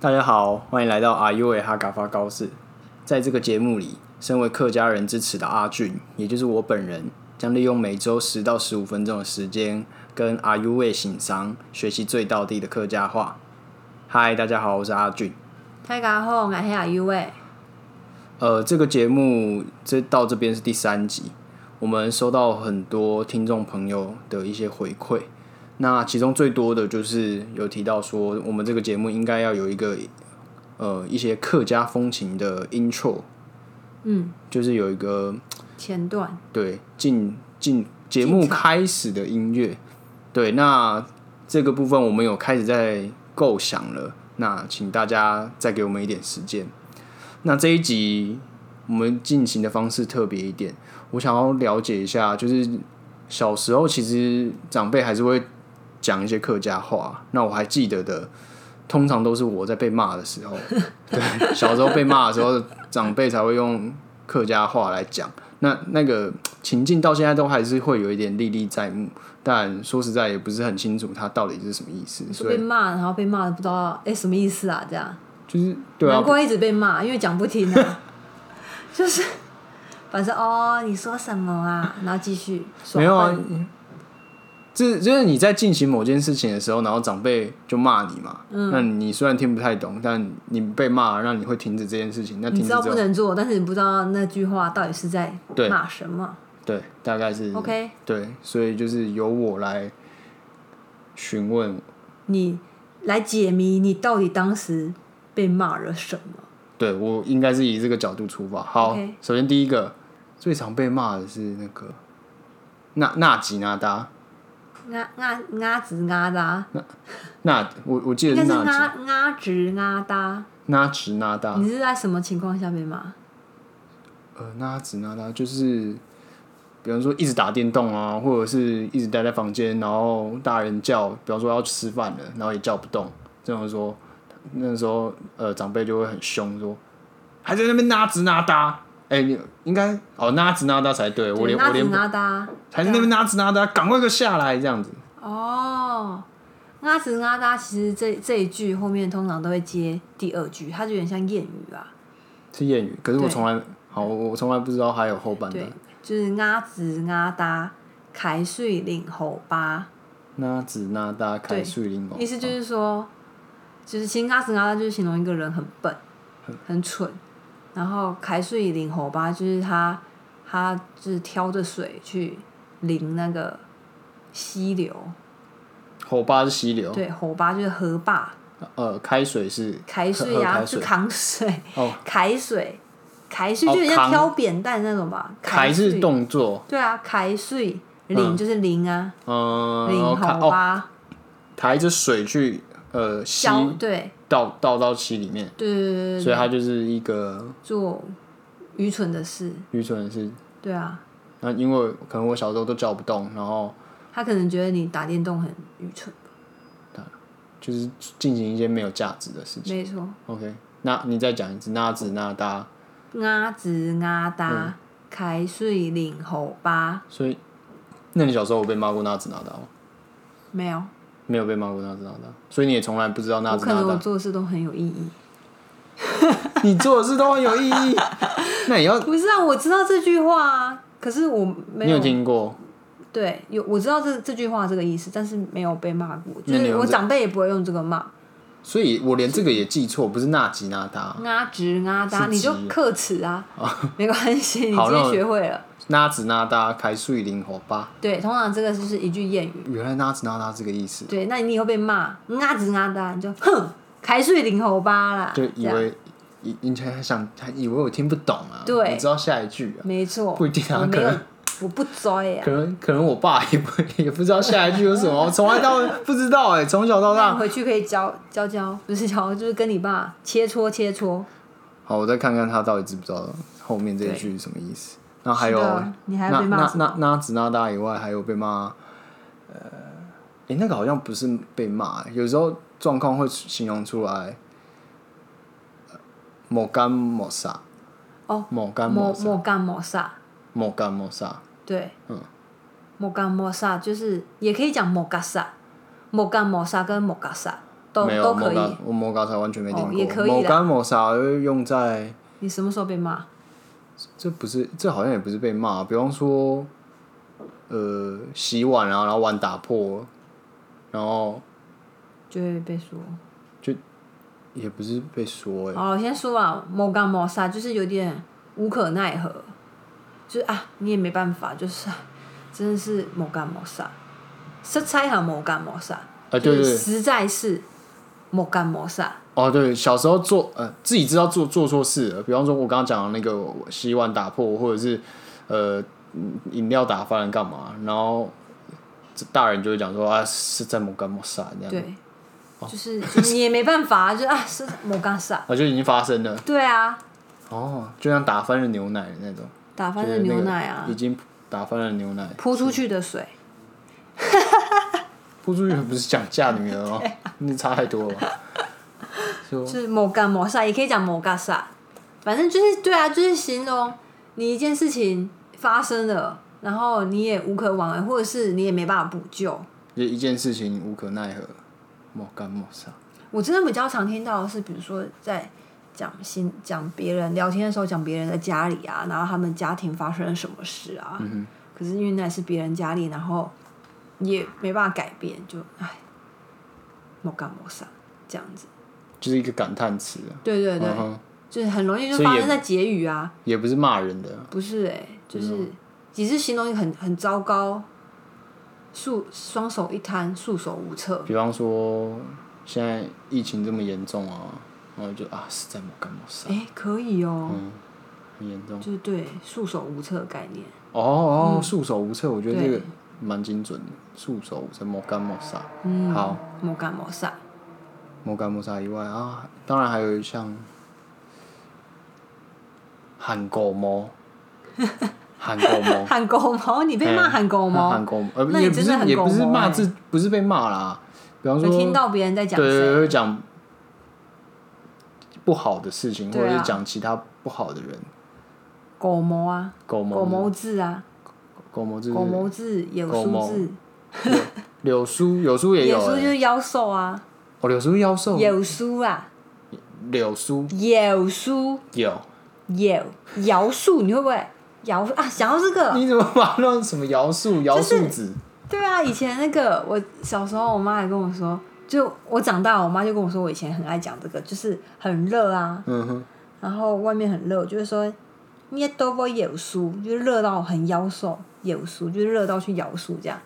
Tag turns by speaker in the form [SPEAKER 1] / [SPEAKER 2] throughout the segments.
[SPEAKER 1] 大家好，欢迎来到阿 U A 哈嘎发高士。在这个节目里，身为客家人支持的阿俊，也就是我本人，将利用每周十到十五分钟的时间，跟阿 U A 醒商学习最道地的客家话。嗨，大家好，我是阿俊。
[SPEAKER 2] 大家好，我是阿 U 诶。
[SPEAKER 1] 呃，这个节目这到这边是第三集，我们收到很多听众朋友的一些回馈。那其中最多的就是有提到说，我们这个节目应该要有一个呃一些客家风情的 intro，
[SPEAKER 2] 嗯，
[SPEAKER 1] 就是有一个
[SPEAKER 2] 前段
[SPEAKER 1] 对进进节目
[SPEAKER 2] 进场
[SPEAKER 1] 开始的音乐。对，那这个部分我们有开始在构想了，那请大家再给我们一点时间。那这一集我们进行的方式特别一点，我想要了解一下，就是小时候其实长辈还是会讲一些客家话，那我还记得的。通常都是我在被骂的 时候，对，小时候被骂的时候，长辈才会用客家话来讲。那那个情境到现在都还是会有一点历历在目，但说实在也不是很清楚它到底是什么意思，
[SPEAKER 2] 就
[SPEAKER 1] 所
[SPEAKER 2] 被
[SPEAKER 1] 以
[SPEAKER 2] 骂，然后被骂的不知道哎、什么意思啊？这样，
[SPEAKER 1] 就是对啊
[SPEAKER 2] 难，怪一直被骂，因为讲不听啊， 就是反正哦，你说什么啊？然后继续耍
[SPEAKER 1] 没有啊
[SPEAKER 2] 笨，
[SPEAKER 1] 这就是你在进行某件事情的时候，然后长辈就骂你嘛，
[SPEAKER 2] 嗯
[SPEAKER 1] 那你虽然听不太懂，但你被骂，让你会停止这件事情，那停
[SPEAKER 2] 你
[SPEAKER 1] 止
[SPEAKER 2] 知
[SPEAKER 1] 之
[SPEAKER 2] 道
[SPEAKER 1] 后
[SPEAKER 2] 不，能做，但是你不知道那句话到底是在
[SPEAKER 1] 对嗯
[SPEAKER 2] 骂什么。
[SPEAKER 1] 对，大概是
[SPEAKER 2] OK，
[SPEAKER 1] 对，所以就是由我来询问，
[SPEAKER 2] 你来解谜，你到底当时被骂了什么？
[SPEAKER 1] 对我应该是以这个角度出发。好
[SPEAKER 2] OK
[SPEAKER 1] 首先第一个最常被骂的是那个纳纳吉纳达，
[SPEAKER 2] 啊啊啊直啊哒，
[SPEAKER 1] 纳我我记
[SPEAKER 2] 应
[SPEAKER 1] 得
[SPEAKER 2] 该
[SPEAKER 1] 是
[SPEAKER 2] 是
[SPEAKER 1] 纳吉
[SPEAKER 2] 啊啊直啊哒。
[SPEAKER 1] 纳吉纳达，
[SPEAKER 2] 你是在什么情况下被骂？
[SPEAKER 1] 呃，那他只拿他就是，比方说一直打电动啊，或者是一直待在房间，然后大人叫，比方说要吃饭了，然后也叫不动，这种说，那时候呃长辈就会很凶说，还在那边拿直拿搭，哎、你应该哦拿直拿搭才对，我连
[SPEAKER 2] 啊
[SPEAKER 1] 我
[SPEAKER 2] 直
[SPEAKER 1] 连
[SPEAKER 2] 啊哒，
[SPEAKER 1] 还在那边拿直拿搭，赶快给我下来这样子，
[SPEAKER 2] 哦，阿直阿达，其实这这一句后面通常都会接第二句，它就有点像谚语啊。
[SPEAKER 1] 是谚语，可是我
[SPEAKER 2] 对
[SPEAKER 1] 从来好我我从来不知道还有后半段
[SPEAKER 2] 对，，就是阿直阿达，开水领后巴，
[SPEAKER 1] 拿直拿搭开哦
[SPEAKER 2] 对
[SPEAKER 1] 水柠檬，
[SPEAKER 2] 意思就是说，就是其实阿直阿达就是形容一个人很笨、很蠢，然后开水领后巴就是他他就是挑着水去淋那个溪流，
[SPEAKER 1] 哦后巴是溪流，
[SPEAKER 2] 对，后巴就是河坝，
[SPEAKER 1] 呃开水是
[SPEAKER 2] 开
[SPEAKER 1] 喝
[SPEAKER 2] 水
[SPEAKER 1] 喝
[SPEAKER 2] 呀、
[SPEAKER 1] 开
[SPEAKER 2] 啊是
[SPEAKER 1] 水
[SPEAKER 2] 扛水。
[SPEAKER 1] 哦。
[SPEAKER 2] 揩水，揩水
[SPEAKER 1] 哦
[SPEAKER 2] 就有点
[SPEAKER 1] 扛
[SPEAKER 2] 像挑扁担那种吧？
[SPEAKER 1] 凯
[SPEAKER 2] 水
[SPEAKER 1] 是，动作，
[SPEAKER 2] 对啊，揩水，淋就是淋啊，
[SPEAKER 1] 嗯，
[SPEAKER 2] 淋
[SPEAKER 1] 然后看
[SPEAKER 2] 好
[SPEAKER 1] 哦，
[SPEAKER 2] 吧，
[SPEAKER 1] 抬着水去呃吸
[SPEAKER 2] 浇对
[SPEAKER 1] 倒倒到溪里面，
[SPEAKER 2] 对对对对
[SPEAKER 1] 所以它就是一个
[SPEAKER 2] 做愚蠢的事，
[SPEAKER 1] 愚蠢的事。
[SPEAKER 2] 对啊，
[SPEAKER 1] 那因为可能我小时候都叫不动，然后
[SPEAKER 2] 他可能觉得你打电动很愚蠢，
[SPEAKER 1] 就是进行一些没有价值的事情。
[SPEAKER 2] 没错，
[SPEAKER 1] OK，那你再讲一次，那子那哒，
[SPEAKER 2] 阿直阿
[SPEAKER 1] 嗯
[SPEAKER 2] 达，揩水淋好吧，
[SPEAKER 1] 所以那你小时候有被骂过那子那哒吗？
[SPEAKER 2] 没有，
[SPEAKER 1] 没有被骂过那子那哒，所以你也从来不知道那
[SPEAKER 2] 我
[SPEAKER 1] 子
[SPEAKER 2] 可能我
[SPEAKER 1] 那哒。
[SPEAKER 2] 做的事都很有意义。
[SPEAKER 1] 你做的事都很有意 义，那也要
[SPEAKER 2] 不是啊，我知道这句话啊，可是我没
[SPEAKER 1] 你有听过？
[SPEAKER 2] 对，有我知道这这句话这个意思，但是没有被骂过，就
[SPEAKER 1] 那你
[SPEAKER 2] 是
[SPEAKER 1] 有
[SPEAKER 2] 我
[SPEAKER 1] 这
[SPEAKER 2] 长辈也不会用这个骂。
[SPEAKER 1] 所以我连这个也记错，不是那吉那哒，
[SPEAKER 2] 阿直阿
[SPEAKER 1] 是
[SPEAKER 2] 达，
[SPEAKER 1] 直
[SPEAKER 2] 啊你就克词啊，没关 系，你
[SPEAKER 1] 哦好
[SPEAKER 2] 直
[SPEAKER 1] 那
[SPEAKER 2] 接
[SPEAKER 1] 我
[SPEAKER 2] 学会了。
[SPEAKER 1] 那子那哒开水灵火吧。
[SPEAKER 2] 对，通常这个就是一句谚语。
[SPEAKER 1] 原来那子那哒这个意思，
[SPEAKER 2] 对，那你以后被骂啊阿直阿达，你就哼，开水淋喉巴啦，
[SPEAKER 1] 就
[SPEAKER 2] 这
[SPEAKER 1] 以
[SPEAKER 2] 样
[SPEAKER 1] 为以以前还想还以为我听不懂啊，
[SPEAKER 2] 啊对
[SPEAKER 1] 我知道下一句啊，
[SPEAKER 2] 没错，
[SPEAKER 1] 不一定啊
[SPEAKER 2] 我没
[SPEAKER 1] 可
[SPEAKER 2] 有
[SPEAKER 1] 能，
[SPEAKER 2] 我不栽啊 呀
[SPEAKER 1] 可，能可能我爸也不也不知道下一句有什么，我 从来到不知道哎、从小到
[SPEAKER 2] 那你
[SPEAKER 1] 大。
[SPEAKER 2] 回去可以教教教，不是教，就是跟你爸切磋切磋。
[SPEAKER 1] 好，我再看看他到底知不知道后面这一句是什么意思。然后还有
[SPEAKER 2] 是的你还
[SPEAKER 1] 那
[SPEAKER 2] 有被骂
[SPEAKER 1] 那
[SPEAKER 2] 什么
[SPEAKER 1] 那那子那大以外，还有被骂，呃，诶，那个好像不是被骂、欸有时候状况会形容出来，呃某干某啥，
[SPEAKER 2] 哦，
[SPEAKER 1] 某干
[SPEAKER 2] 莫
[SPEAKER 1] 某啥，
[SPEAKER 2] 莫干莫萨，
[SPEAKER 1] 某干某啥。
[SPEAKER 2] 对，
[SPEAKER 1] 嗯，
[SPEAKER 2] 莫干莫萨就是也可以讲莫嘎萨，莫干莫萨跟莫嘎萨，都
[SPEAKER 1] 没有
[SPEAKER 2] 都
[SPEAKER 1] 摩
[SPEAKER 2] 可以
[SPEAKER 1] 嘎，我摩嘎才完全没听
[SPEAKER 2] 哦
[SPEAKER 1] 过。
[SPEAKER 2] 也可以
[SPEAKER 1] 摩
[SPEAKER 2] 啦
[SPEAKER 1] 嘎摩啥用在
[SPEAKER 2] 你什么时候被骂？
[SPEAKER 1] 这不是这好像也不是被骂，比方说，呃，洗碗啊，然后碗打破，然后
[SPEAKER 2] 就会被说。
[SPEAKER 1] 也不是被说哎、
[SPEAKER 2] 好，我先说吧，某干某杀就是有点无可奈何，就是啊，你也没办法，就是啊真的是某干某杀，是猜哈某干某杀，
[SPEAKER 1] 啊对
[SPEAKER 2] 就
[SPEAKER 1] 对
[SPEAKER 2] 是实在是某干某杀，
[SPEAKER 1] 哦对，小时候做呃自己知道做做错事呃了，比方说我刚刚讲的那个洗碗打破，或者是呃嗯饮料打翻了干嘛，然后这大人就会讲说啊是在某干某啥这样，
[SPEAKER 2] 对，
[SPEAKER 1] 哦
[SPEAKER 2] 就是就是你也没办法，就是啊是某干杀，
[SPEAKER 1] 啊就已经发生了
[SPEAKER 2] 对啊，
[SPEAKER 1] 哦，就像打翻了牛奶的那种，
[SPEAKER 2] 打翻
[SPEAKER 1] 就
[SPEAKER 2] 的
[SPEAKER 1] 是那
[SPEAKER 2] 牛
[SPEAKER 1] 个
[SPEAKER 2] 奶啊
[SPEAKER 1] 已，经打翻了牛奶，
[SPEAKER 2] 泼出去的水，
[SPEAKER 1] 付出去不是讲嫁女 儿哦，那差太多了吧。就
[SPEAKER 2] 啊就是某干某杀，也可以讲某干杀，反正就是对啊，就是形容你一件事情发生了，然后你也无可挽回，或者是你也没办法补救。
[SPEAKER 1] 也一件事情无可奈何，莫干莫杀。
[SPEAKER 2] 我真的比较常听到的是，比如说在讲新讲别人聊天的时候，讲别人的家里啊，然后他们家庭发生了什么事啊。
[SPEAKER 1] 嗯
[SPEAKER 2] 可是因为那是别人家里，然后也没办法改变，就唉，某干某杀这样子。
[SPEAKER 1] 就是一个感叹词啊，
[SPEAKER 2] 对对对，
[SPEAKER 1] 嗯哼
[SPEAKER 2] 就是很容易就
[SPEAKER 1] 所以
[SPEAKER 2] 发
[SPEAKER 1] 也
[SPEAKER 2] 生在结语啊。
[SPEAKER 1] 也不是骂人的，
[SPEAKER 2] 不是哎、就是只是形容一个很很糟糕，束双手一摊，束手无策。
[SPEAKER 1] 比方说现在疫情这么严重啊，然后就啊是在莫干莫杀，
[SPEAKER 2] 哎、可以哦、
[SPEAKER 1] 嗯很严重。
[SPEAKER 2] 就是对束手无策的概念。
[SPEAKER 1] 哦哦，束手无策，我觉得这
[SPEAKER 2] 嗯对
[SPEAKER 1] 个蛮精准的，束手无策，莫干莫杀。
[SPEAKER 2] 嗯，
[SPEAKER 1] 好，
[SPEAKER 2] 莫干莫萨，
[SPEAKER 1] 莫干莫杀以外啊，当然还有像喊狗猫，喊狗猫。
[SPEAKER 2] 喊狗毛，你被骂喊狗
[SPEAKER 1] 那
[SPEAKER 2] 毛
[SPEAKER 1] 喊，狗呃，
[SPEAKER 2] 那你
[SPEAKER 1] 也不
[SPEAKER 2] 真的
[SPEAKER 1] 是
[SPEAKER 2] 很
[SPEAKER 1] 也不是
[SPEAKER 2] 狗毛
[SPEAKER 1] 骂
[SPEAKER 2] 欸
[SPEAKER 1] 自，不是被骂啦。比方
[SPEAKER 2] 你
[SPEAKER 1] 说，
[SPEAKER 2] 听到别人在讲
[SPEAKER 1] 对对对，
[SPEAKER 2] 谁？
[SPEAKER 1] 会讲不好的事情，或
[SPEAKER 2] 对啊
[SPEAKER 1] 者是讲其他不好的人。
[SPEAKER 2] 狗毛啊，
[SPEAKER 1] 狗毛，
[SPEAKER 2] 狗毛字啊，
[SPEAKER 1] 狗毛就是
[SPEAKER 2] 狗毛字，有
[SPEAKER 1] 狗毛
[SPEAKER 2] 书字，
[SPEAKER 1] 柳叔，柳叔也有
[SPEAKER 2] 有书就
[SPEAKER 1] 欸，
[SPEAKER 2] 是妖兽啊，
[SPEAKER 1] 哦，柳叔妖兽，
[SPEAKER 2] 有书啊，
[SPEAKER 1] 柳叔
[SPEAKER 2] 有书
[SPEAKER 1] 有，
[SPEAKER 2] 有摇树，你会不会摇啊？想到这个，
[SPEAKER 1] 你怎么把那种什么摇树摇树子？
[SPEAKER 2] 对啊，以前那个我小时候，我妈还跟我说，就我长大，我妈就跟我说，我以前很爱讲这个，就是很热啊，
[SPEAKER 1] 嗯哼，
[SPEAKER 2] 然后外面很热，我就是说你也都不有书，就是热到很妖兽，有书就是热到去摇书这样，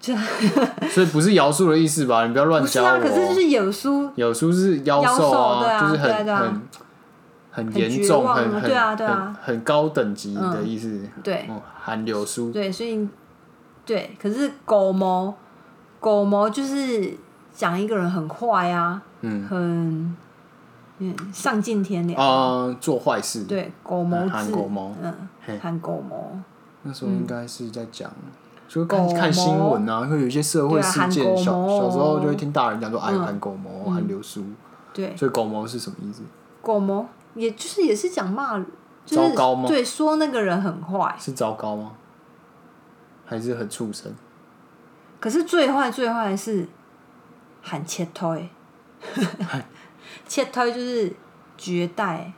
[SPEAKER 2] 就
[SPEAKER 1] 所以不是摇树的意思吧？你不要乱
[SPEAKER 2] 不是
[SPEAKER 1] 教我
[SPEAKER 2] 啊，
[SPEAKER 1] 哦。
[SPEAKER 2] 可是就是有书
[SPEAKER 1] 有时候是妖兽
[SPEAKER 2] 妖兽对啊
[SPEAKER 1] 就是
[SPEAKER 2] 对啊
[SPEAKER 1] 很
[SPEAKER 2] 对啊
[SPEAKER 1] 很很
[SPEAKER 2] 很
[SPEAKER 1] 严
[SPEAKER 2] 绝
[SPEAKER 1] 重，
[SPEAKER 2] 望啊
[SPEAKER 1] 很很
[SPEAKER 2] 对啊对啊嗯
[SPEAKER 1] 很很高等级的意思。
[SPEAKER 2] 对
[SPEAKER 1] 哦，寒流书
[SPEAKER 2] 对，所以对，可是狗毛狗毛就是讲一个人很坏啊，
[SPEAKER 1] 嗯
[SPEAKER 2] 很嗯丧尽天良。
[SPEAKER 1] 啊，做坏事。，
[SPEAKER 2] 对，狗毛
[SPEAKER 1] 嗯
[SPEAKER 2] 字，
[SPEAKER 1] 韩国毛嘿
[SPEAKER 2] 嗯，韩狗毛，
[SPEAKER 1] 那时候应该是在讲，就是看
[SPEAKER 2] 嗯狗毛
[SPEAKER 1] 看新闻啊，会有一些社会事件
[SPEAKER 2] 对啊，韩
[SPEAKER 1] 小
[SPEAKER 2] 狗毛嗯
[SPEAKER 1] 小时候就会听大人讲说，哎，韩狗毛、韩流书，
[SPEAKER 2] 对，
[SPEAKER 1] 所以狗毛是什么意思？
[SPEAKER 2] 狗毛，也就是也是讲骂，就
[SPEAKER 1] 糟糕吗
[SPEAKER 2] 是对说那个人很坏，
[SPEAKER 1] 是糟糕吗？还是很畜生？
[SPEAKER 2] 可是最坏最坏的是喊切推， 切推就是绝代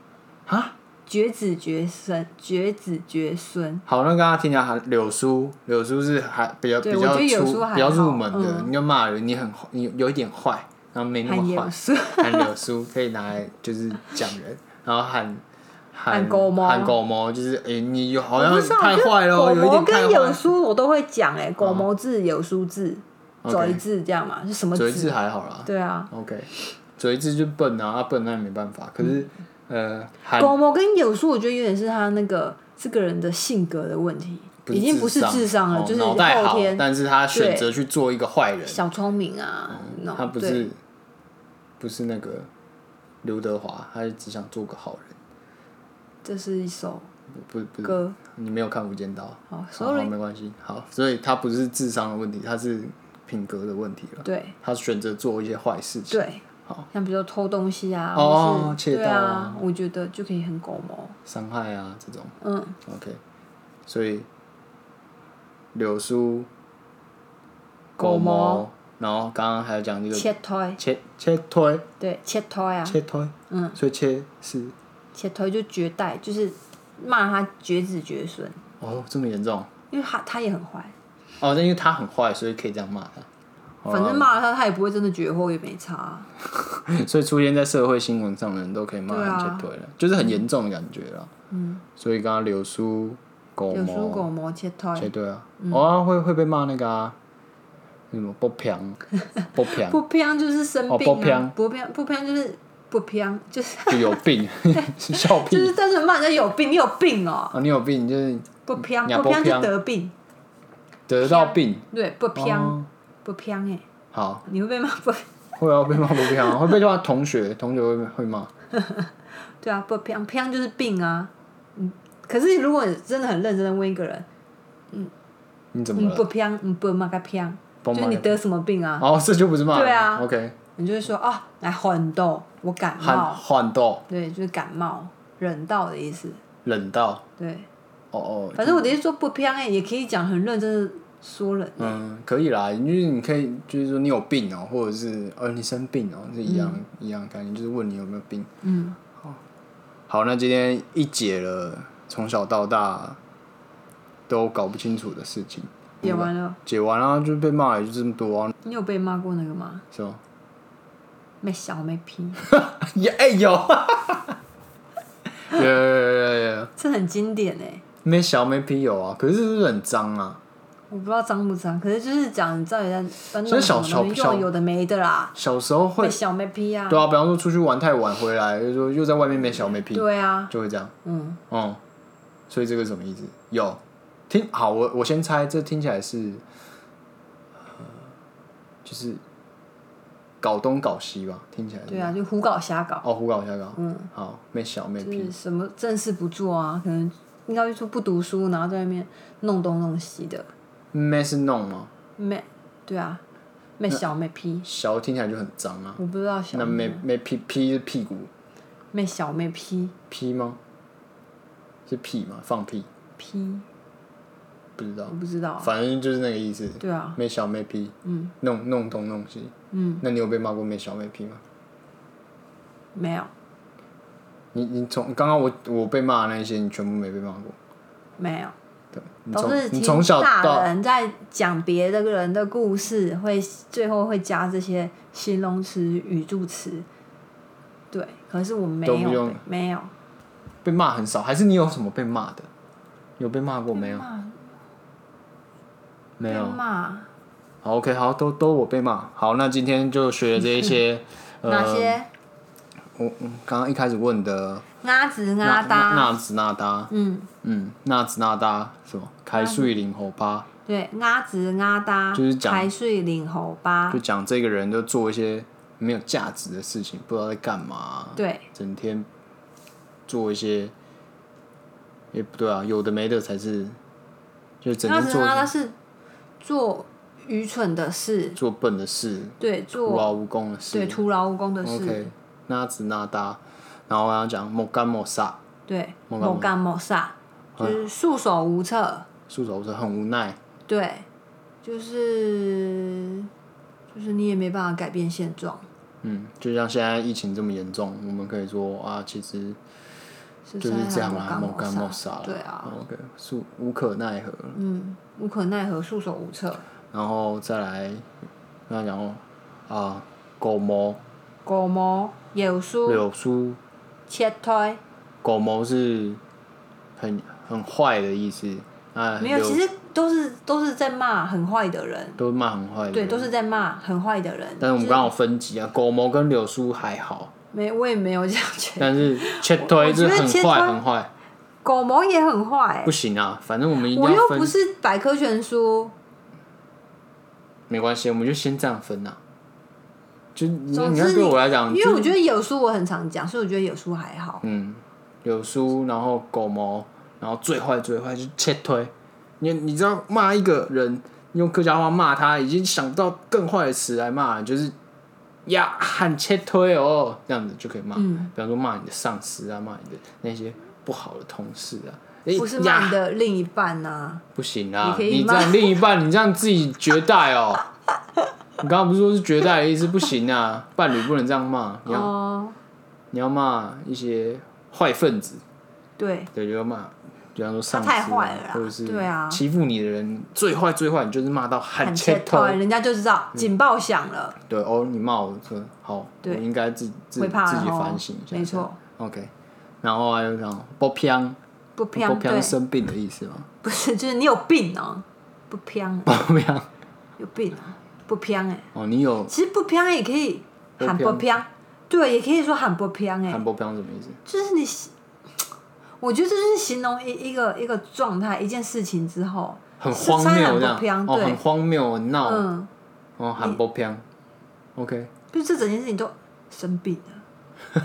[SPEAKER 1] 啊，
[SPEAKER 2] 绝子绝孙，绝子绝孙，
[SPEAKER 1] 好，那刚刚听起来还柳叔，柳叔是还比较比
[SPEAKER 2] 对
[SPEAKER 1] 较
[SPEAKER 2] 我觉得柳
[SPEAKER 1] 出
[SPEAKER 2] 叔还好
[SPEAKER 1] 比较入门的，
[SPEAKER 2] 嗯
[SPEAKER 1] 你就骂人，你很你有一点坏，然后没 那
[SPEAKER 2] 喊
[SPEAKER 1] 么
[SPEAKER 2] 有
[SPEAKER 1] 坏。
[SPEAKER 2] 孙，
[SPEAKER 1] 喊柳叔可以拿来就是讲人，然后喊
[SPEAKER 2] 喊狗毛
[SPEAKER 1] 喊狗毛就是诶、你有好
[SPEAKER 2] 我
[SPEAKER 1] 像
[SPEAKER 2] 不知道
[SPEAKER 1] 太坏了哦，
[SPEAKER 2] 狗
[SPEAKER 1] 有一
[SPEAKER 2] 毛
[SPEAKER 1] 点太坏
[SPEAKER 2] 跟
[SPEAKER 1] 嗯
[SPEAKER 2] 有。书我都会讲，哎，狗毛字有书字，
[SPEAKER 1] OK
[SPEAKER 2] 走一字这样嘛，是什么
[SPEAKER 1] 嘴
[SPEAKER 2] 字
[SPEAKER 1] 字？还好啦
[SPEAKER 2] 对啊，
[SPEAKER 1] ，OK，嘴字就笨啊，啊笨那也没办法。可是、
[SPEAKER 2] 嗯
[SPEAKER 1] 呃，喊
[SPEAKER 2] 狗毛啊跟有书，我觉得有点是他那个这个人的性格的问题，
[SPEAKER 1] 不
[SPEAKER 2] 已经不是智商了，
[SPEAKER 1] 哦
[SPEAKER 2] 就是
[SPEAKER 1] 脑袋
[SPEAKER 2] 后
[SPEAKER 1] 好，
[SPEAKER 2] 天
[SPEAKER 1] 但是他选择去做一个坏人，
[SPEAKER 2] 小聪明啊，那种
[SPEAKER 1] 他不
[SPEAKER 2] 对
[SPEAKER 1] 是不是那个刘德华，他只想做个好人。
[SPEAKER 2] 这是一首
[SPEAKER 1] 不不是，
[SPEAKER 2] 歌，
[SPEAKER 1] 你没有看《无间道》
[SPEAKER 2] 好
[SPEAKER 1] 好好
[SPEAKER 2] ，sorry，
[SPEAKER 1] 没关系。好，所以他不是智商的问题，他是品格的问题了。
[SPEAKER 2] 对
[SPEAKER 1] 他选择做一些坏事情。
[SPEAKER 2] 对，像比如说偷东西啊，
[SPEAKER 1] 哦
[SPEAKER 2] 或是
[SPEAKER 1] 窃盗
[SPEAKER 2] 对
[SPEAKER 1] 啊
[SPEAKER 2] 啊，我觉得就可以很狗毛，
[SPEAKER 1] 伤害啊这种。
[SPEAKER 2] 嗯，
[SPEAKER 1] OK，所以柳叔、
[SPEAKER 2] 狗毛
[SPEAKER 1] 毛、然后刚刚还有讲这个
[SPEAKER 2] 切推，
[SPEAKER 1] 切切推
[SPEAKER 2] 对，切推啊，
[SPEAKER 1] 切推，
[SPEAKER 2] 嗯，
[SPEAKER 1] 所以切是
[SPEAKER 2] 切推就绝代，就是骂他绝子绝孙，
[SPEAKER 1] 哦这么严重
[SPEAKER 2] 因为他他也很坏，
[SPEAKER 1] 哦，但因为他很坏，所以可以这样骂他，
[SPEAKER 2] 反正骂了他，他也不会真的绝后，也没差啊。
[SPEAKER 1] 所以出现在社会新闻上的人都可以骂
[SPEAKER 2] 对
[SPEAKER 1] 人
[SPEAKER 2] 啊
[SPEAKER 1] 切推了，就是很严重的感觉了。嗯，所以刚刚流苏狗
[SPEAKER 2] 有输
[SPEAKER 1] 毛
[SPEAKER 2] 狗毛嗯切
[SPEAKER 1] 切
[SPEAKER 2] 推，
[SPEAKER 1] 对啊，哦会会被骂那个啊，什么不平不平
[SPEAKER 2] 不偏就是生
[SPEAKER 1] 哦不
[SPEAKER 2] 病
[SPEAKER 1] 偏
[SPEAKER 2] 啊，不偏不偏就是不偏，就是
[SPEAKER 1] 就有病， 笑
[SPEAKER 2] 就
[SPEAKER 1] 屁
[SPEAKER 2] 是但是骂人家有病，你有病哦，
[SPEAKER 1] 啊！你有病就是
[SPEAKER 2] 不偏
[SPEAKER 1] 你啊
[SPEAKER 2] 不偏
[SPEAKER 1] 不
[SPEAKER 2] 就
[SPEAKER 1] 偏
[SPEAKER 2] 得病，
[SPEAKER 1] 得到病，
[SPEAKER 2] 对，不偏
[SPEAKER 1] 哦
[SPEAKER 2] 不偏哎，
[SPEAKER 1] 好
[SPEAKER 2] 你会被骂不？
[SPEAKER 1] 会啊被骂不平啊，会被骂同学，同学会会骂。
[SPEAKER 2] 对啊，不偏偏就是病啊。嗯，可是如果你真的很认真的问一个人，
[SPEAKER 1] 你怎么
[SPEAKER 2] 嗯，不
[SPEAKER 1] 了？
[SPEAKER 2] 偏，嗯，不嘛个偏，
[SPEAKER 1] 不
[SPEAKER 2] 就是
[SPEAKER 1] 嘛
[SPEAKER 2] 你
[SPEAKER 1] 个
[SPEAKER 2] 得什么病啊？
[SPEAKER 1] 哦，这就不是骂人。
[SPEAKER 2] 对啊
[SPEAKER 1] ，OK，
[SPEAKER 2] 你就会说哦，来缓斗，我感
[SPEAKER 1] 汗
[SPEAKER 2] 冒，
[SPEAKER 1] 汗到
[SPEAKER 2] 对，就是感冒，忍到的意思。
[SPEAKER 1] 冷到，
[SPEAKER 2] 对，
[SPEAKER 1] 哦哦，
[SPEAKER 2] 反正我的意思说不偏哎、也可以讲很认真的说人、欸，
[SPEAKER 1] 嗯，可以啦，就是你可以就是说你有病哦，或者是呃你生病哦，是一样一样的概念，就是问你有没有病。
[SPEAKER 2] 嗯，
[SPEAKER 1] 好，那今天一解了从小到大都搞不清楚的事情，
[SPEAKER 2] 解完了。
[SPEAKER 1] 解完啦、就被骂也就这么多啊，
[SPEAKER 2] 你有被骂过那个吗？
[SPEAKER 1] 是吧？
[SPEAKER 2] 没小没皮，
[SPEAKER 1] 也哎有，有有有有有，
[SPEAKER 2] 这很经典哎、
[SPEAKER 1] 没小没皮有啊，可是是不是很脏啊？
[SPEAKER 2] 我不知道脏不脏，可是就是讲你到底在在
[SPEAKER 1] 所以
[SPEAKER 2] 弄什
[SPEAKER 1] 小
[SPEAKER 2] 么东西，
[SPEAKER 1] 小小
[SPEAKER 2] 又有的没的啦，
[SPEAKER 1] 小时候会
[SPEAKER 2] 没，小没皮啊，
[SPEAKER 1] 对啊，比方说出去玩太晚回来，就说又在外面没小没皮，
[SPEAKER 2] 对啊，
[SPEAKER 1] 就会这样，
[SPEAKER 2] 嗯，
[SPEAKER 1] 嗯，所以这个什么意思？有听好，我我先猜，这听起来是，呃就是搞东搞西吧，听起来是
[SPEAKER 2] 对啊，就胡搞瞎搞，
[SPEAKER 1] 哦，胡搞瞎搞，
[SPEAKER 2] 嗯，
[SPEAKER 1] 好，没小没
[SPEAKER 2] 就
[SPEAKER 1] 皮
[SPEAKER 2] 是，什么正事不做啊，可能应该说不读书，然后在外面弄东弄西的，
[SPEAKER 1] 没是弄吗？
[SPEAKER 2] 没，对啊，没小没屁，
[SPEAKER 1] 小听起来就很脏啊，
[SPEAKER 2] 我不知道小
[SPEAKER 1] 那没没屁屁是屁股
[SPEAKER 2] 没小没屁
[SPEAKER 1] 屁吗？是屁吗？放屁？
[SPEAKER 2] 屁，
[SPEAKER 1] 不知道
[SPEAKER 2] 我，不知道啊，
[SPEAKER 1] 反正就是那个意思。
[SPEAKER 2] 对啊，
[SPEAKER 1] 没小没屁，
[SPEAKER 2] 嗯
[SPEAKER 1] 弄弄东弄西。
[SPEAKER 2] 嗯，
[SPEAKER 1] 那你有被骂过没小没屁吗？
[SPEAKER 2] 没有
[SPEAKER 1] 你你从刚刚我我被骂的那些，你全部没被骂过。
[SPEAKER 2] 没有，
[SPEAKER 1] 对，你
[SPEAKER 2] 都是
[SPEAKER 1] 从你
[SPEAKER 2] 听
[SPEAKER 1] 从小
[SPEAKER 2] 大
[SPEAKER 1] 到
[SPEAKER 2] 人在讲别的人的故事，会最后会加这些形容词、语助词，对，可是我没
[SPEAKER 1] 都不
[SPEAKER 2] 有
[SPEAKER 1] 用
[SPEAKER 2] 被没有
[SPEAKER 1] 被骂很少，还是你有什么被骂的？有被骂过没有？
[SPEAKER 2] 骂
[SPEAKER 1] 没有
[SPEAKER 2] 被。骂
[SPEAKER 1] 好，OK，好，都都我被骂。好，那今天就学了这一些。呃
[SPEAKER 2] 哪？些？
[SPEAKER 1] 我我刚刚一开始问的
[SPEAKER 2] 阿子
[SPEAKER 1] 那
[SPEAKER 2] 阿
[SPEAKER 1] 那
[SPEAKER 2] 达，
[SPEAKER 1] 那兹那达，
[SPEAKER 2] 嗯，
[SPEAKER 1] 嗯，那兹那达什么？开水领猴吧，
[SPEAKER 2] 对，阿子阿达，
[SPEAKER 1] 就是讲
[SPEAKER 2] 台水领猴吧
[SPEAKER 1] 就，讲这个人就做一些没有价值的事情，不知道在干嘛，
[SPEAKER 2] 对，
[SPEAKER 1] 整天做一些，也不对啊，有的没的才是，就整
[SPEAKER 2] 阿
[SPEAKER 1] 天
[SPEAKER 2] 子
[SPEAKER 1] 做
[SPEAKER 2] 阿达是做愚蠢的事，
[SPEAKER 1] 做笨的事，
[SPEAKER 2] 对，
[SPEAKER 1] 徒
[SPEAKER 2] 做
[SPEAKER 1] 劳无功的
[SPEAKER 2] 对
[SPEAKER 1] 事。
[SPEAKER 2] 徒劳无功的事
[SPEAKER 1] OK，，那兹那达，然后我要讲莫干莫萨，
[SPEAKER 2] 对，
[SPEAKER 1] 莫干
[SPEAKER 2] 莫干莫萨，就是束手无策，
[SPEAKER 1] 束手无策，很无奈，
[SPEAKER 2] 对，就是就是你也没办法改变现状，
[SPEAKER 1] 嗯，就像现在疫情这么严重，我们可以说啊，其实。
[SPEAKER 2] 是
[SPEAKER 1] 就是这样啦，
[SPEAKER 2] 莫
[SPEAKER 1] 莫干莫
[SPEAKER 2] 莫
[SPEAKER 1] 杀啦
[SPEAKER 2] 对啊，
[SPEAKER 1] ，OK，是无可奈何。
[SPEAKER 2] 嗯，无可奈何，束手无策，
[SPEAKER 1] 然后再来，那然后啊，狗毛
[SPEAKER 2] 狗毛有书
[SPEAKER 1] 柳树，
[SPEAKER 2] 切推。
[SPEAKER 1] 狗毛是很很坏的意思。啊，
[SPEAKER 2] 没有，
[SPEAKER 1] 柳
[SPEAKER 2] 其实都是都是在骂很坏的人，
[SPEAKER 1] 都骂很坏的。
[SPEAKER 2] 对，都。是在骂很坏的人。
[SPEAKER 1] 嗯但是我们
[SPEAKER 2] 就是
[SPEAKER 1] 刚好分级啊，狗毛跟柳树还好，
[SPEAKER 2] 没，我也没有这样觉得。
[SPEAKER 1] 但是切推
[SPEAKER 2] 我
[SPEAKER 1] 是
[SPEAKER 2] 觉得
[SPEAKER 1] 很
[SPEAKER 2] 切
[SPEAKER 1] 坏
[SPEAKER 2] 推
[SPEAKER 1] 很坏，
[SPEAKER 2] 狗毛也很坏、欸
[SPEAKER 1] 不行啊，反正我们一定
[SPEAKER 2] 我
[SPEAKER 1] 要
[SPEAKER 2] 又不
[SPEAKER 1] 分。
[SPEAKER 2] 是百科全书，
[SPEAKER 1] 没关系，我们就先这样分啊。就你
[SPEAKER 2] 总
[SPEAKER 1] 你
[SPEAKER 2] 之
[SPEAKER 1] 看，
[SPEAKER 2] 你
[SPEAKER 1] 对我来讲，
[SPEAKER 2] 因为
[SPEAKER 1] 就
[SPEAKER 2] 我觉得有书我很常讲，所以我觉得有书还好。
[SPEAKER 1] 嗯，柳书，然后狗毛，然后最坏最坏就是切推。你你知道骂一个人用客家话骂他，已经想不到更坏的词来骂了，就是呀喊切推哦，这样子就可以骂。
[SPEAKER 2] 嗯
[SPEAKER 1] 比方说骂你的上司啊，骂你的那些不好的同事啊。哎
[SPEAKER 2] 不是
[SPEAKER 1] 呀
[SPEAKER 2] 骂你的另一半呐、
[SPEAKER 1] 不行啊！
[SPEAKER 2] 你可以
[SPEAKER 1] 这
[SPEAKER 2] 骂
[SPEAKER 1] 样另一半，你这样自己绝代哦。你刚刚不是说是绝代的意思？不行啊，伴侣不能这样骂，你要、
[SPEAKER 2] 哦，
[SPEAKER 1] 你要骂一些坏分子，
[SPEAKER 2] 对，
[SPEAKER 1] 对，就要骂，比方说上司、
[SPEAKER 2] 他太坏了啦
[SPEAKER 1] 或者是
[SPEAKER 2] 对啊
[SPEAKER 1] 欺负你的人最坏最坏，你就是骂到喊
[SPEAKER 2] 很
[SPEAKER 1] 切嗯头。
[SPEAKER 2] 人家就知道警报响了，
[SPEAKER 1] 对哦，你骂我说好，我
[SPEAKER 2] 对
[SPEAKER 1] 应该自自
[SPEAKER 2] 会怕
[SPEAKER 1] 自己
[SPEAKER 2] 然后
[SPEAKER 1] 反省一下，
[SPEAKER 2] 没错，
[SPEAKER 1] OK，然后还有讲不偏，
[SPEAKER 2] 不
[SPEAKER 1] 不
[SPEAKER 2] 偏对
[SPEAKER 1] 偏，生病的意思吗？
[SPEAKER 2] 不是就是你有病哦，不偏
[SPEAKER 1] 不偏
[SPEAKER 2] 有病啊，不偏哎，
[SPEAKER 1] 哦，你有
[SPEAKER 2] 其实不偏也可以喊
[SPEAKER 1] 不
[SPEAKER 2] 不偏，对，也可以说喊不偏哎
[SPEAKER 1] 喊，不偏什么意思？
[SPEAKER 2] 就是你形，我觉得这就是形容一一个一个状态，一件事情之后，
[SPEAKER 1] 很
[SPEAKER 2] 是
[SPEAKER 1] 荒
[SPEAKER 2] 虽然
[SPEAKER 1] 谬
[SPEAKER 2] 很
[SPEAKER 1] 这
[SPEAKER 2] 不偏
[SPEAKER 1] 样哦，
[SPEAKER 2] 对
[SPEAKER 1] 很荒谬，很闹
[SPEAKER 2] 嗯，
[SPEAKER 1] 哦，喊不偏。OK，
[SPEAKER 2] 就这整件事情都生病了，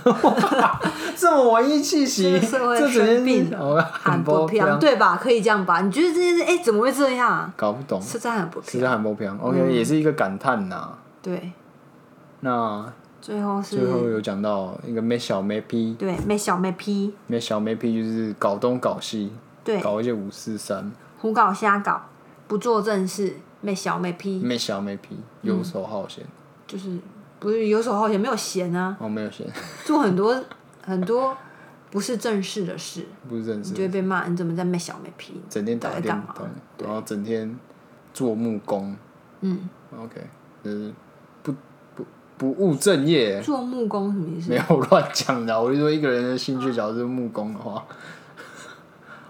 [SPEAKER 1] 这么文艺气息，
[SPEAKER 2] 这个社会
[SPEAKER 1] 这
[SPEAKER 2] 生
[SPEAKER 1] 整件
[SPEAKER 2] 病
[SPEAKER 1] 事
[SPEAKER 2] 了
[SPEAKER 1] 哦
[SPEAKER 2] 喊
[SPEAKER 1] 喊
[SPEAKER 2] 不
[SPEAKER 1] 不
[SPEAKER 2] 偏，
[SPEAKER 1] 偏，
[SPEAKER 2] 对吧？可以这样吧？你觉得这件事，哎、怎么会这样啊？
[SPEAKER 1] 搞不懂，
[SPEAKER 2] 是在喊不
[SPEAKER 1] 是啊
[SPEAKER 2] 偏，
[SPEAKER 1] 在喊不偏。OK，也是一个感叹呐。
[SPEAKER 2] 对，
[SPEAKER 1] 那
[SPEAKER 2] 最后
[SPEAKER 1] 最后
[SPEAKER 2] 是，
[SPEAKER 1] 有讲到一个没小没批，
[SPEAKER 2] 对，没小没批，
[SPEAKER 1] 没小没批就是搞东搞西，
[SPEAKER 2] 对，
[SPEAKER 1] 搞一些五四三，
[SPEAKER 2] 胡搞瞎搞，不做正事，没小没批，
[SPEAKER 1] 没小没批，游手好闲。
[SPEAKER 2] 就是不是游手好闲，没有闲啊，
[SPEAKER 1] 哦，没有闲，
[SPEAKER 2] 做很多很多不是正事的事，
[SPEAKER 1] 不是认识
[SPEAKER 2] 你。就会被骂，你怎么在没小没批？
[SPEAKER 1] 整天打
[SPEAKER 2] 到底
[SPEAKER 1] 电
[SPEAKER 2] 干嘛
[SPEAKER 1] 动，然后整天做木工
[SPEAKER 2] 嗯，
[SPEAKER 1] ，OK，就是不不不务正业，
[SPEAKER 2] 做木工什么意思
[SPEAKER 1] 没？有乱讲的啊。我就说一个人的兴趣，假如是木工的话，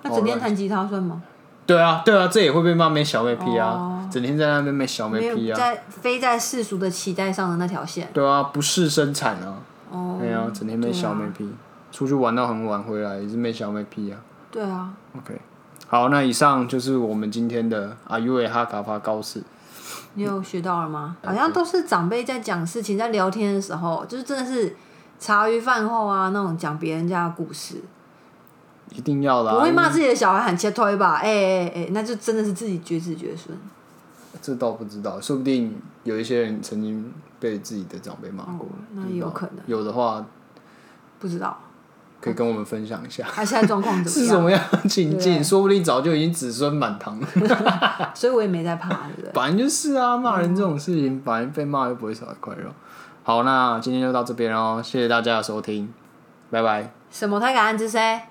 [SPEAKER 2] 那整天
[SPEAKER 1] 哦
[SPEAKER 2] 弹吉他算吗？
[SPEAKER 1] 对啊对啊，这也会被骂没小妹批啊
[SPEAKER 2] 哦，
[SPEAKER 1] 整天在那边没小
[SPEAKER 2] 没
[SPEAKER 1] 妹批
[SPEAKER 2] 有
[SPEAKER 1] 啊，
[SPEAKER 2] 在飞在世俗的期待上的那条线。
[SPEAKER 1] 对啊，不是生产啊，
[SPEAKER 2] 哦，
[SPEAKER 1] 对啊，整天没小妹批，出去玩到很晚回来也是没小妹批啊
[SPEAKER 2] 对啊，
[SPEAKER 1] ，OK。好，那以上就是我们今天的阿 U A 哈卡法高士，
[SPEAKER 2] 你有学到了吗？好像都是长辈在讲事情、在聊天的时候，就是真的是茶余饭后啊那种讲别人家的故事，
[SPEAKER 1] 一定要的、啊，
[SPEAKER 2] 不会
[SPEAKER 1] 因为
[SPEAKER 2] 骂自己的小孩喊切推
[SPEAKER 1] 嗯
[SPEAKER 2] 吧？哎哎哎，那就真的是自己绝子绝孙。
[SPEAKER 1] 这倒不知道，说不定有一些人曾经被自己的长辈骂过
[SPEAKER 2] 哦，那有可能
[SPEAKER 1] 不知道有的话，
[SPEAKER 2] 不知道
[SPEAKER 1] 可以跟我们分享一下
[SPEAKER 2] 他现在状况 怎
[SPEAKER 1] 是
[SPEAKER 2] 么
[SPEAKER 1] 什
[SPEAKER 2] 样，
[SPEAKER 1] 么样的情境，
[SPEAKER 2] 对啊
[SPEAKER 1] 说不定早就已经子孙满堂了。
[SPEAKER 2] 所以我也没在怕，对不对？
[SPEAKER 1] 反正就是啊，骂人这种事情，反正被骂又不会少一块肉。好，那今天就到这边喽，谢谢大家的收听，拜拜。
[SPEAKER 2] 什么他敢安之谁？